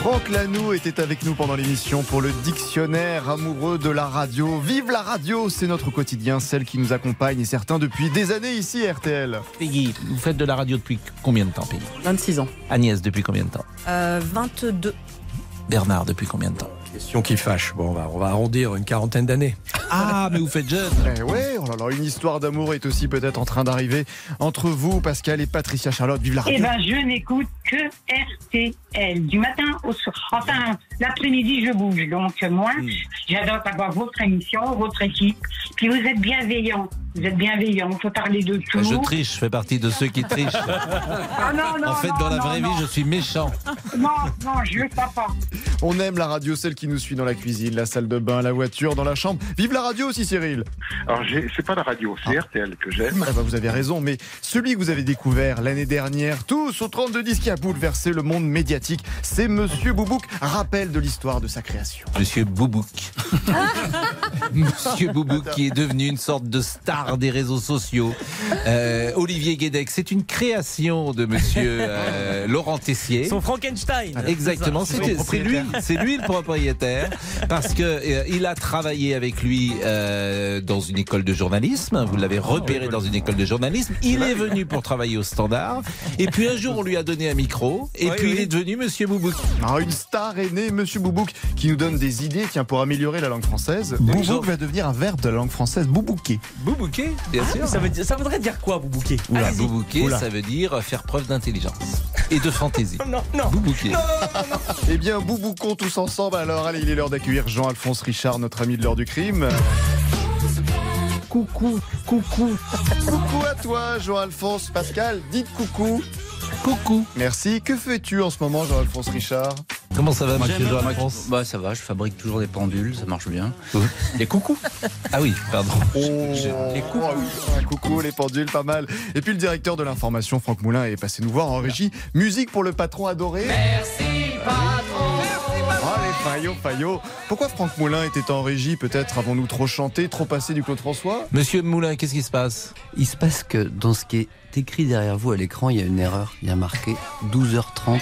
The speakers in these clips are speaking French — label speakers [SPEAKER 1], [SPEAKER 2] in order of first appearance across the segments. [SPEAKER 1] Franck Lanoux était avec nous pendant l'émission pour le dictionnaire amoureux de la radio. Vive la radio, c'est notre quotidien, celle qui nous accompagne et certains depuis des années ici RTL.
[SPEAKER 2] Peggy, vous faites de la radio depuis combien de temps, Peggy
[SPEAKER 3] 26 ans.
[SPEAKER 2] Agnès, depuis combien de temps
[SPEAKER 3] Euh, 22.
[SPEAKER 2] Bernard, depuis combien de temps
[SPEAKER 4] Question qui fâche. Bon, on va, on va arrondir une quarantaine d'années.
[SPEAKER 2] Ah, mais vous faites jeune
[SPEAKER 1] Eh ouais, oh là là, une histoire d'amour est aussi peut-être en train d'arriver entre vous, Pascal et Patricia Charlotte. Vive la
[SPEAKER 5] Eh
[SPEAKER 1] radio.
[SPEAKER 5] ben, je n'écoute que RTL du matin au soir. Enfin, l'après-midi, je bouge. Donc, euh, moi,
[SPEAKER 2] Hmm.
[SPEAKER 5] j'adore avoir votre émission, votre équipe. Puis vous êtes bienveillants. Vous êtes bienveillants. On peut parler de tout.
[SPEAKER 2] Je triche, je fais partie de ceux qui trichent.
[SPEAKER 5] Ah non, non,
[SPEAKER 2] En fait,
[SPEAKER 5] non,
[SPEAKER 2] dans la
[SPEAKER 5] non,
[SPEAKER 2] vraie
[SPEAKER 5] non.
[SPEAKER 2] vie, je suis méchant.
[SPEAKER 5] Non, non, je le crois pas.
[SPEAKER 1] On aime la radio, celle qui nous suit dans la cuisine, la salle de bain, la voiture, dans la chambre. Vive la radio aussi, Cyril.
[SPEAKER 6] Alors, j'ai- c'est pas la radio, c'est RTL que j'aime.
[SPEAKER 1] Ah bah, vous avez raison, mais celui que vous avez découvert l'année dernière, tous au 32 10 qui a bouleversé le monde médiatique, c'est Monsieur Boubouk. Rappel de l'histoire de sa création.
[SPEAKER 2] Monsieur Boubouk. Monsieur Boubouk qui est devenu une sorte de star des réseaux sociaux. Euh, Olivier Guédec, c'est une création de monsieur euh, Laurent Tessier.
[SPEAKER 7] Son Frankenstein.
[SPEAKER 2] Exactement,
[SPEAKER 7] Ah, C'est
[SPEAKER 2] c'est
[SPEAKER 7] ça.
[SPEAKER 2] c'est lui, c'est lui le propriétaire parce que euh, il a travaillé avec lui euh, dans une école de journalisme. Vous l'avez
[SPEAKER 7] Ah,
[SPEAKER 2] repéré dans une école de journalisme. Il est venu pour travailler au Standard et puis un jour on lui a donné un micro et puis il est devenu Monsieur Boubouk.
[SPEAKER 1] Alors, Ah, une star est née, Monsieur Boubouk, qui nous donne des idées tiens, pour améliorer la langue française. Boubouk va devenir un verbe de la langue française, boubouquer.
[SPEAKER 2] Boubouquet, bien sûr.
[SPEAKER 7] Ah, Ça, veut dire- ça voudrait dire quoi, Boubouquet
[SPEAKER 2] Oula,
[SPEAKER 7] Allez-y.
[SPEAKER 2] boubouquet,
[SPEAKER 1] Oula.
[SPEAKER 2] ça veut dire faire preuve d'intelligence et de fantaisie.
[SPEAKER 7] Non, non.
[SPEAKER 2] Boubouquet.
[SPEAKER 1] Eh bien, boubouquons tous ensemble. Alors, allez, il est l'heure d'accueillir Jean-Alphonse Richard, notre ami de l'heure du crime.
[SPEAKER 3] Coucou, coucou.
[SPEAKER 1] Coucou à toi, Jean-Alphonse Pascal. Dites coucou.
[SPEAKER 2] Coucou.
[SPEAKER 1] Merci. Que fais-tu en ce moment, Jean-Alphonse Richard
[SPEAKER 2] Comment ça va,
[SPEAKER 7] J'aime
[SPEAKER 2] Monsieur
[SPEAKER 7] bien
[SPEAKER 2] Jean-Alphonse
[SPEAKER 8] Bah ça va, je fabrique toujours des pendules, ça marche bien.
[SPEAKER 2] Ouh.
[SPEAKER 8] Des coucous Oh.
[SPEAKER 2] Ah oui, pardon.
[SPEAKER 1] les coucous. Oh. coucou, les pendules, pas mal. Et puis le directeur de l'information, Franck Moulin, est passé nous voir en régie. Musique pour le patron adoré. Merci, patron. Oh, les paillots, paillots. Pourquoi Franck Moulin était en régie Peut-être avons-nous trop chanté, trop passé du Claude François
[SPEAKER 2] Monsieur Moulin, qu'est-ce qui se passe
[SPEAKER 8] Il se passe que dans ce qui est écrit derrière vous à l'écran, il y a une erreur. Il y a marqué 12h30,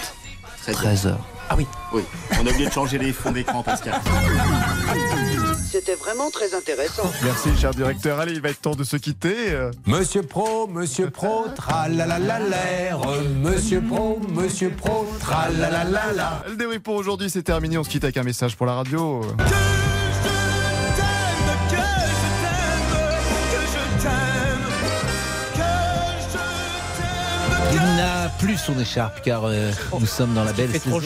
[SPEAKER 8] 13h.
[SPEAKER 9] C'était vraiment très intéressant.
[SPEAKER 1] Merci, cher directeur. Allez, il va être temps de se quitter. Euh,
[SPEAKER 4] Monsieur Pro, Monsieur ah Pro, tralalalalaire. Monsieur Pro, Monsieur ah Pro, tralalalala.
[SPEAKER 1] Le débrief pour aujourd'hui, c'est terminé. On se quitte avec un message pour la radio.
[SPEAKER 2] Il n'a plus son écharpe car euh, nous sommes dans la belle saison.